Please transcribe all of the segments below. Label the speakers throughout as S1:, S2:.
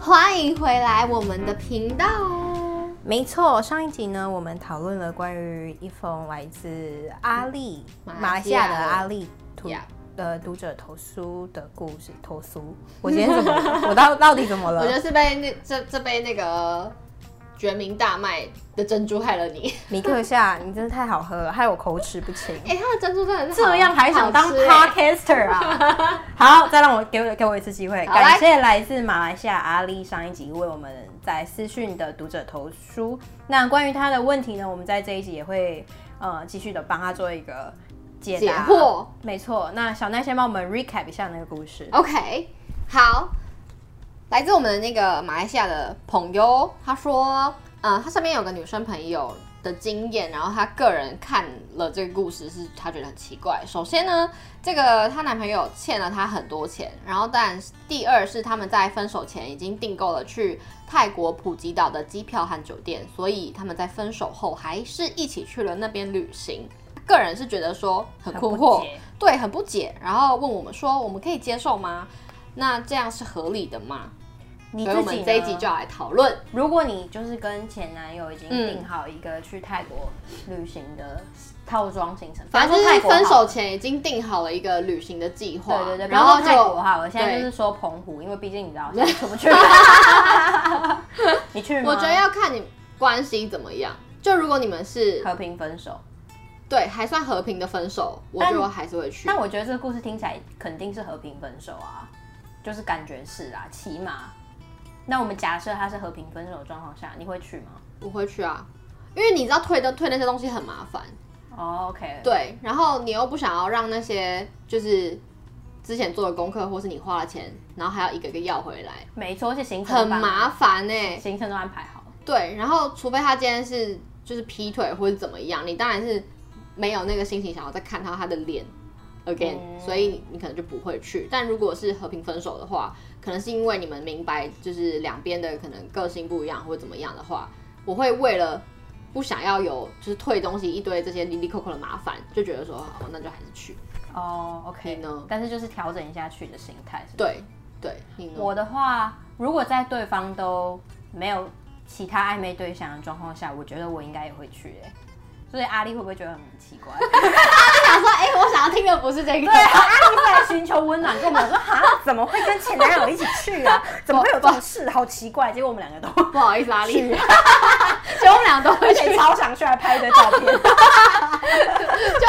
S1: 欢迎回来我们的频道哦。
S2: 没错，上一集呢，我们讨论了关于一封来自阿丽
S1: 马
S2: 马
S1: 来
S2: 来
S1: 西
S2: 西
S1: 亚
S2: 亚
S1: 的
S2: 的阿丽图
S1: Yeah
S2: 的读者投诉的故事。投诉，我今天怎么了？我到到底怎 么
S1: 我觉
S2: 了？
S1: 得是被那这这杯那个决明大麦的珍珠害了你。
S2: 米克夏，你真的太好喝了，害我口齿不清。
S1: 哎、它的珍珠真的是好
S2: 这样还想当
S1: 好吃哎
S2: podcaster 啊？好，再让我给我给我一次机会，
S1: 好来
S2: 感谢来自马来西亚阿丽上一集为我们在私讯的读者投书。那关于他的问题呢，我们在这一集也会呃继续的帮他做一个解
S1: 解
S2: 答。
S1: 惑
S2: 没错，那小奈先帮我们 recap 一下那个故事。
S1: OK，好，来自我们的那个马来西亚的朋友，他说，嗯，他身边有个女生朋友的经验，然后他个人看了这个故事，是他觉得很奇怪。首先呢，这个她男朋友欠了她很多钱，然后但第二是他们在分手前已经订购了去泰国普吉岛的机票和酒店，所以他们在分手后还是一起去了那边旅行。个人是觉得说很
S2: 很
S1: 困
S2: 不
S1: 哦惑，
S2: 解
S1: 对，很不解，然后问我们说，我们可以接受吗？那这样是合理的吗？
S2: 你
S1: 所以我
S2: 自
S1: 们
S2: 己
S1: 这一集
S2: 呢
S1: 就要来讨论。
S2: 如果你就是跟前男友已经
S1: 嗯
S2: 定好一个去泰国旅行的套装行程，
S1: 反正
S2: 不
S1: 就
S2: 要
S1: 是
S2: 说泰国好
S1: 分
S2: 了
S1: 手前已经定好了一个旅行的计划，
S2: 对对对，
S1: 然
S2: 然
S1: 后
S2: 后
S1: 就
S2: 泰国哈，我现在
S1: 对
S2: 就是说澎湖，因为毕竟你知道现在出 不去。你去吗？
S1: 我觉得要看你关系怎么样。就如果你们是
S2: 和平分手，
S1: 对还算和平的分手，我
S2: 但
S1: 就还是会去
S2: 但。我觉得这个故事听起来肯定是和平分手啊，就是感觉是啦，起码。那我们假设他是和平分手的状况下，你会去吗、
S1: 我会去啊，因为你知道退的退那些东西很麻烦，
S2: o o k，
S1: 对，然后你又不想要让那些就是之前做的功课或是你花了钱，然后还要一个一个要回来，
S2: 没错，而且行程
S1: 很
S2: 都安排
S1: 麻烦呢、
S2: 行程都安排好了。
S1: 对，然后除非他今天是就是劈腿或者怎么样，你当然是没有那个心情想要再看到他的脸 again，、
S2: 嗯
S1: 所以你你可能就不会去。但如果是和平分手的话，可能是因为你们明白就是两边的可能个性不一样或者怎么样的话，我会为了。不想要有就是退东西一堆这些零零扣扣的麻烦，就觉得说好，那就还是去。
S2: 哦、o
S1: 你
S2: k
S1: 呢
S2: 但是就是调整一下去的心态，是吧
S1: 对对，你呢
S2: 我的话，如果在对方都没有其他暧昧对象的状况下，我觉得我应该也会去、欸。所以阿丽会不会觉得很奇 怪？
S1: 我想说，哎、我想要听的不是这个，
S2: 对啊，阿丽会来寻求温暖，跟我们讲说，哈，怎么会跟前男友一起去 啊？怎么会有这种事？好奇怪！结果我们两个都
S1: 不好意思，阿丽，其
S2: 去
S1: 实我们俩都会
S2: 而
S1: 去
S2: 且超想去，还拍一堆照片。
S1: 就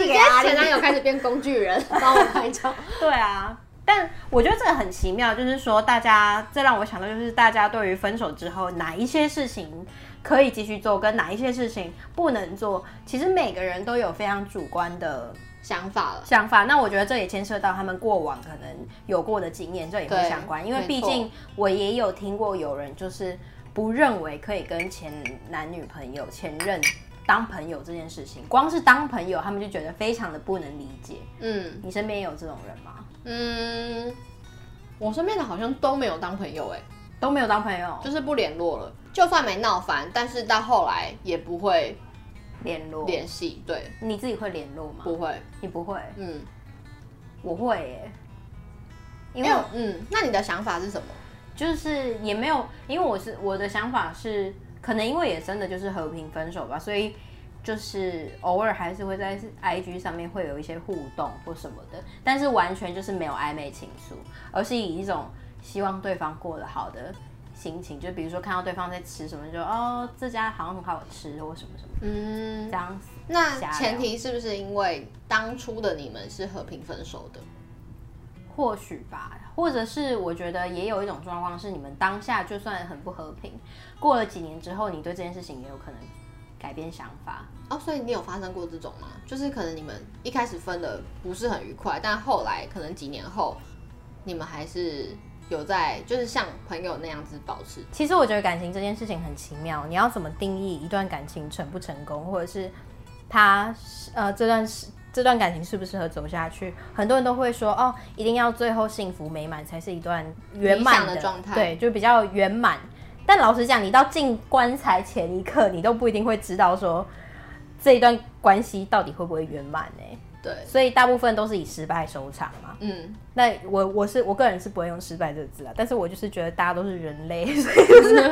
S1: 直
S2: 寄
S1: 接
S2: 给阿丽
S1: 前男友开始变工具 人，帮我拍照。
S2: 对啊，但我觉得这个很奇妙，就是说大家，这让我想到就是大家对于分手之后哪一些事情可以继续做，跟哪一些事情不能做，其实每个人都有非常主观的
S1: 想法了，
S2: 想法。那我觉得这也牵涉到他们过往可能有过的经验，这也
S1: 对
S2: 会相关，因为
S1: 没
S2: 毕
S1: 错
S2: 竟我也有听过有人就是不认为可以跟前男女朋友、前任。当朋友这件事情，光是当朋友，他们就觉得非常的不能理解。
S1: 嗯
S2: 你身边也有这种人吗？
S1: 嗯，我身边的好像都没有当朋友、欸，哎，
S2: 都没有当朋友，
S1: 就是不联络了。就算没闹翻，但是到后来也不会
S2: 联络，
S1: 联系，对，
S2: 你自己会联络吗？
S1: 不会，
S2: 你不会，
S1: 嗯，
S2: 我会耶，因
S1: 因
S2: 为
S1: 为嗯，那你的想法是什么？
S2: 就是也没有，因为我是我的想法是，可能因为也真的就是和平分手吧，所以就是偶尔还是会在 IG 上面会有一些互动或什么的，但是完全就是没有暧昧情愫，而是以一种希望对方过得好的心情，就比如说看到对方在吃什么，就哦这家好像很好吃或什么什么
S1: 嗯
S2: 这，样子。
S1: 那
S2: 瞎聊
S1: 前提是不是因为当初的你们是和平分手的？
S2: 或许吧，或者是我觉得也有一种状况是，你们当下就算很不和平，过了几年之后，你对这件事情也有可能改变想法。
S1: 哦，所以你有发生过这种吗？就是可能你们一开始分的不是很愉快，但后来可能几年后，你们还是有在，就是像朋友那样子保持。
S2: 其实我觉得感情这件事情很奇妙，你要怎么定义一段感情成不成功，或者是他呃这段是这段感情适不适合走下去？很多人都会说哦，一定要最后幸福美满才是一段圆满
S1: 理想的状态
S2: 对，就比较圆满。但老实讲，你到进棺材前一刻，你都不一定会知道说这一段关系到底会不会圆满呢？欸
S1: 对，
S2: 所以大部分都是以失败收场嘛。
S1: 嗯，
S2: 那我我是我个人是不会用失败这个字啊，但是我就是觉得大家都是人类， 所以就是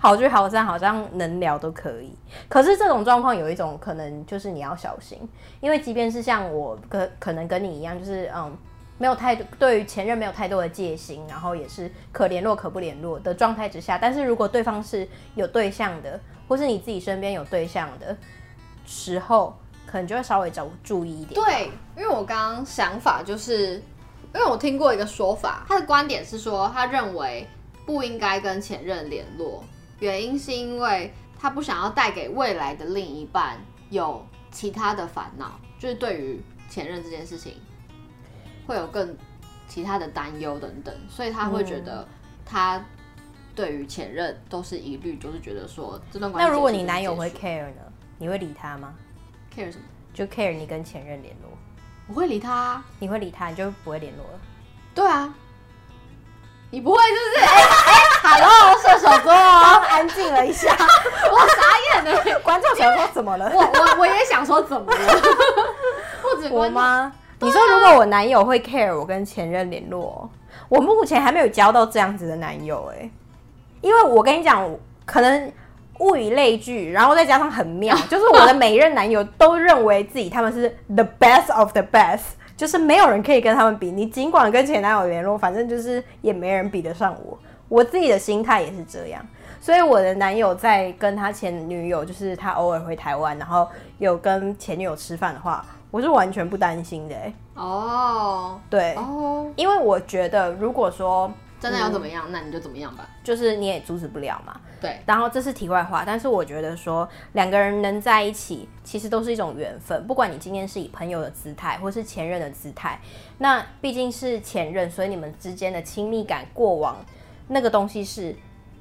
S2: 好聚好散，好像能聊都可以。可是这种状况有一种可能就是你要小心，因为即便是像我可可能跟你一样，就是嗯。没有太多对于前任没有太多的戒心，然后也是可联络可不联络的状态之下，但是如果对方是有对象的，或是你自己身边有对象的时候，可能就会稍微找注意一点。
S1: 对，因为我刚刚想法就是，因为我听过一个说法，他的观点是说，他认为不应该跟前任联络，原因是因为他不想要带给未来的另一半有其他的烦恼，就是对于前任这件事情会有更其他的担忧等等，所以他会觉
S2: 嗯
S1: 得他对于前任都是一律，就是觉得说这段关系就是结
S2: 那
S1: 束。
S2: 如果你男友会 care 呢？你会理他吗？
S1: care 什么？
S2: 就 care 你跟前任联络，
S1: 我会理他、啊。
S2: 你会理他，你就不会联络 了。
S1: 对啊，你不会是不是？哎哎，Hello，射手座，哦
S2: 安静了一下，
S1: 我傻眼了。
S2: 观众想说怎么了？
S1: 我我我也想说怎么了， 不止
S2: 我
S1: 观众
S2: 吗？你说如果我男友会 care 我跟前任联络，我目前还没有交到这样子的男友哎、因为我跟你讲，可能物以类聚，然后再加上很妙，就是我的每一任男友都认为自己他们是 the best of the best，就是没有人可以跟他们比。你尽管跟前男友联络，反正就是也没人比得上我。我自己的心态也是这样，所以我的男友在跟他前女友，就是他偶尔回台湾，然后有跟前女友吃饭的话，我是完全不担心的、欸。
S1: 哦
S2: 对，
S1: 哦，
S2: 因为我觉得如果说
S1: 真的要怎么
S2: 嗯
S1: 样，那你就怎么样吧。
S2: 就是你也阻止不了嘛，
S1: 对，
S2: 然后这是题外话，但是我觉得说两个人能在一起，其实都是一种缘分。不管你今天是以朋友的姿态，或是前任的姿态，那毕竟是前任，所以你们之间的亲密感、过往那个东西是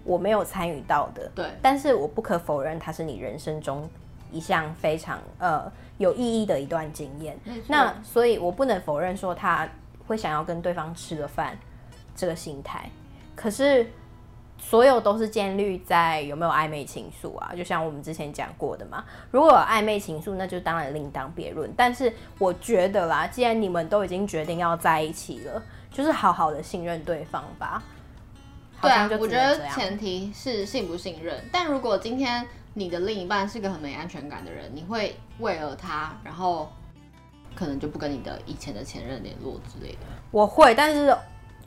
S2: 我没有参与到的。
S1: 对
S2: 但是我不可否认，它是你人生中一项非常呃有意义的一段经验
S1: 没错。
S2: 那所以，我不能否认说他会想要跟对方吃个饭这个心态。可是所有都是建立在有没有暧昧情愫啊，就像我们之前讲过的嘛。如果有暧昧情愫，那就当然另当别论。但是我觉得啦，既然你们都已经决定要在一起了，就是好好的信任对方吧。好
S1: 对
S2: 像
S1: 啊
S2: 就，
S1: 我
S2: 只
S1: 觉
S2: 能
S1: 得
S2: 这样
S1: 前提是信不信任。但如果今天你的另一半是个很没安全感的人，你会为了他，然后可能就不跟你的以前的前任联络之类的。
S2: 我会，但是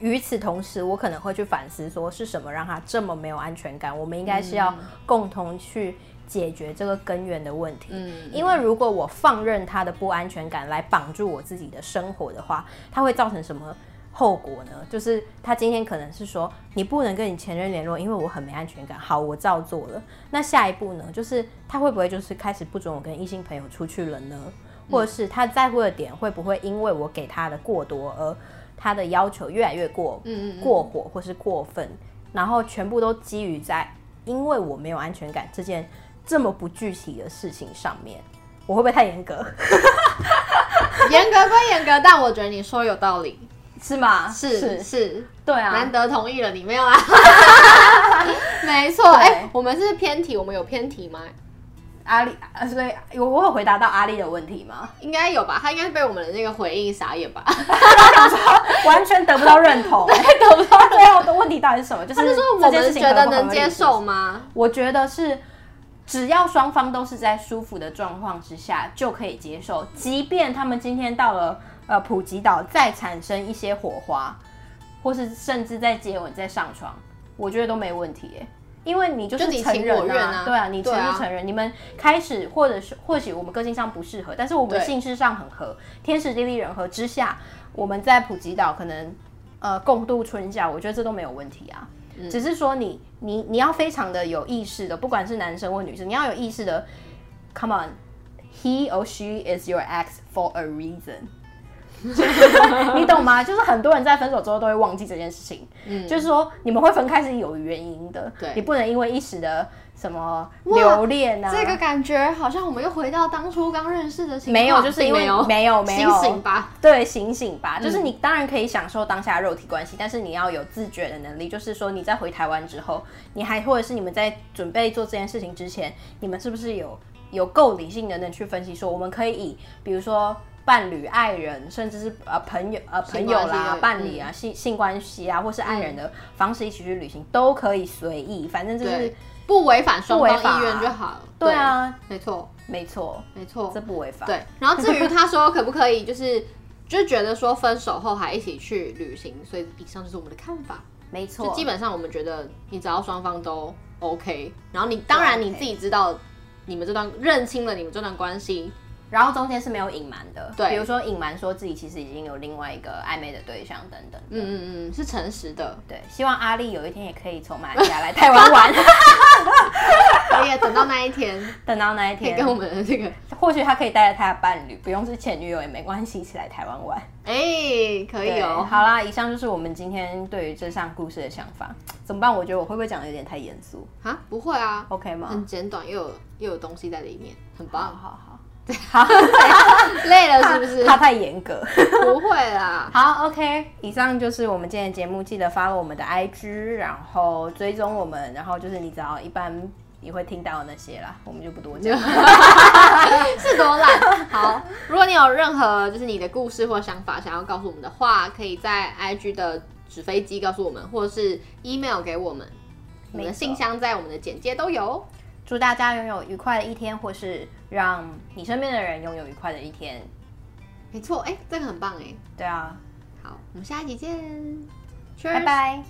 S2: 与此同时，我可能会去反思，说是什么让他这么没有安全感？我们应该是要共同去解决这个根源的问题。
S1: 嗯，
S2: 因为如果我放任他的不安全感来绑住我自己的生活的话，它会造成什么后果呢？就是他今天可能是说你不能跟你前任联络，因为我很没安全感。好，我照做了。那下一步呢？就是他会不会就是开始不准我跟异性朋友出去了呢？或者是他在乎的点会不会因为我给他的过多而他的要求越来越过
S1: 嗯嗯嗯
S2: 过火或是过分，然后全部都基于在因为我没有安全感这件这么不具体的事情上面，我会不会太严格？
S1: 严格归严格，但我觉得你说有道理，
S2: 是吗？
S1: 是是，
S2: 对
S1: 难
S2: 啊，
S1: 得同意了，你没有 啊？没错，
S2: 对
S1: 哎、我们是偏题，我们有偏题吗？
S2: 阿丽，啊所以我我有回答到阿丽的问题吗？
S1: 应该有吧，他应该被我们的那个回应傻眼吧？
S2: 完全得不到认同， 对，得不到最后的问题到底是什么？就是
S1: 他就说我
S2: 这件事
S1: 们
S2: 情
S1: 觉得
S2: 合不合
S1: 能
S2: 理
S1: 接受吗？
S2: 我觉得是，只要双方都是在舒服的状况之下，就可以接受。即便他们今天到了呃普吉岛，再产生一些火花，或是甚至在接吻、在上床，我觉得都没问题耶。因为你就是
S1: 就你
S2: 成
S1: 情
S2: 人
S1: 我愿啊
S2: 对啊，你
S1: 对
S2: 成
S1: 啊
S2: 不成人，你们开始或者是或许我们个性上不适合，但是我们
S1: 对
S2: 性事上很合，天时地利人和之下，我们在普吉岛可能呃共度春夏，我觉得这都没有问题啊。
S1: 嗯
S2: 只是说你你你要非常的有意识的，不管是男生或女生，你要有意识的，come on，he or she is your ex for a reason 你懂吗？ 就是很多人在分手之后都会忘记这件事情，
S1: 嗯
S2: 就是说你们会分开是有原因的，
S1: 对
S2: 你不能因为一时的什么
S1: 哇
S2: 留恋啊，
S1: 这个感觉好像我们又回到当初刚认识的情况，
S2: 没有，就是因为
S1: 并没有
S2: 没有没有
S1: 醒醒吧，嗯
S2: 对，醒醒吧！就是你当然可以享受当下的肉体关系，但是你要有自觉的能力。就是说你在回台湾之后，你还或者是你们在准备做这件事情之前，你们是不是有有够理性的能去分析说，我们可以以比如说伴侣、爱人，甚至是呃朋友、呃朋友
S1: 性关系
S2: 啦
S1: 的、嗯
S2: 伴侣啊、性性关系啊，或是爱人的方式一起去旅行，都可以随意，反正就是
S1: 对不违反双
S2: 不违法
S1: 方意愿就好了。
S2: 对，啊，
S1: 没错，
S2: 没错，
S1: 没错
S2: 这。不违法。
S1: 对，然后至于他说可不可以，就是就是觉得说分手后还一起去旅行，所以以上就是我们的看法。
S2: 没
S1: 就
S2: 错，
S1: 基本上我们觉得，你只要双方都 OK，然后你当然你
S2: OK
S1: 自己知道，你们这段认清了你们这段关系，
S2: 然后哦中间是没有隐瞒的，
S1: 对
S2: 比如说隐瞒说自己其实已经有另外一个暧昧的对象等等。
S1: 嗯嗯嗯，是诚实的。
S2: 对，希望阿丽有一天也可以从马来西亚来台湾玩，
S1: 我也等到那一天，
S2: 等到那一
S1: 可以
S2: 天，
S1: 跟我们的这 个，
S2: 或许他可以带着他的伴侣，不用是前女友也没关系，一起来台湾玩。
S1: 哎、可以
S2: 对
S1: 哦。
S2: 好啦，以上就是我们今天对于这项故事的想法。怎么办？我觉得我会不会讲的有点太严肃
S1: 啊，不会啊，
S2: ？OK 吗？
S1: 很简短，又有又有东西在里面，很
S2: 好
S1: 棒。
S2: 好好，好，
S1: 累了哦是不是？
S2: 他太严格。
S1: 不会啦。
S2: 好，OK，以上就是我们今天的节目，记得 follow 我们的 IG，然后追踪我们，然后就是你只要一般你会听到的那些啦，我们就不多讲。
S1: 是多懒。好，如果你有任何就是你的故事或想法想要告诉我们的话，可以在 IG 的纸飞机告诉我们，或者是 email 给我们。我们的
S2: 没错
S1: 信箱在我们的简介都有。
S2: 祝大家拥有愉快的一天，或是让你身边的人拥有愉快的一天。
S1: 没错，哎、这个很棒哎。
S2: 对啊，
S1: 好，我们下一集见，
S2: 拜。拜。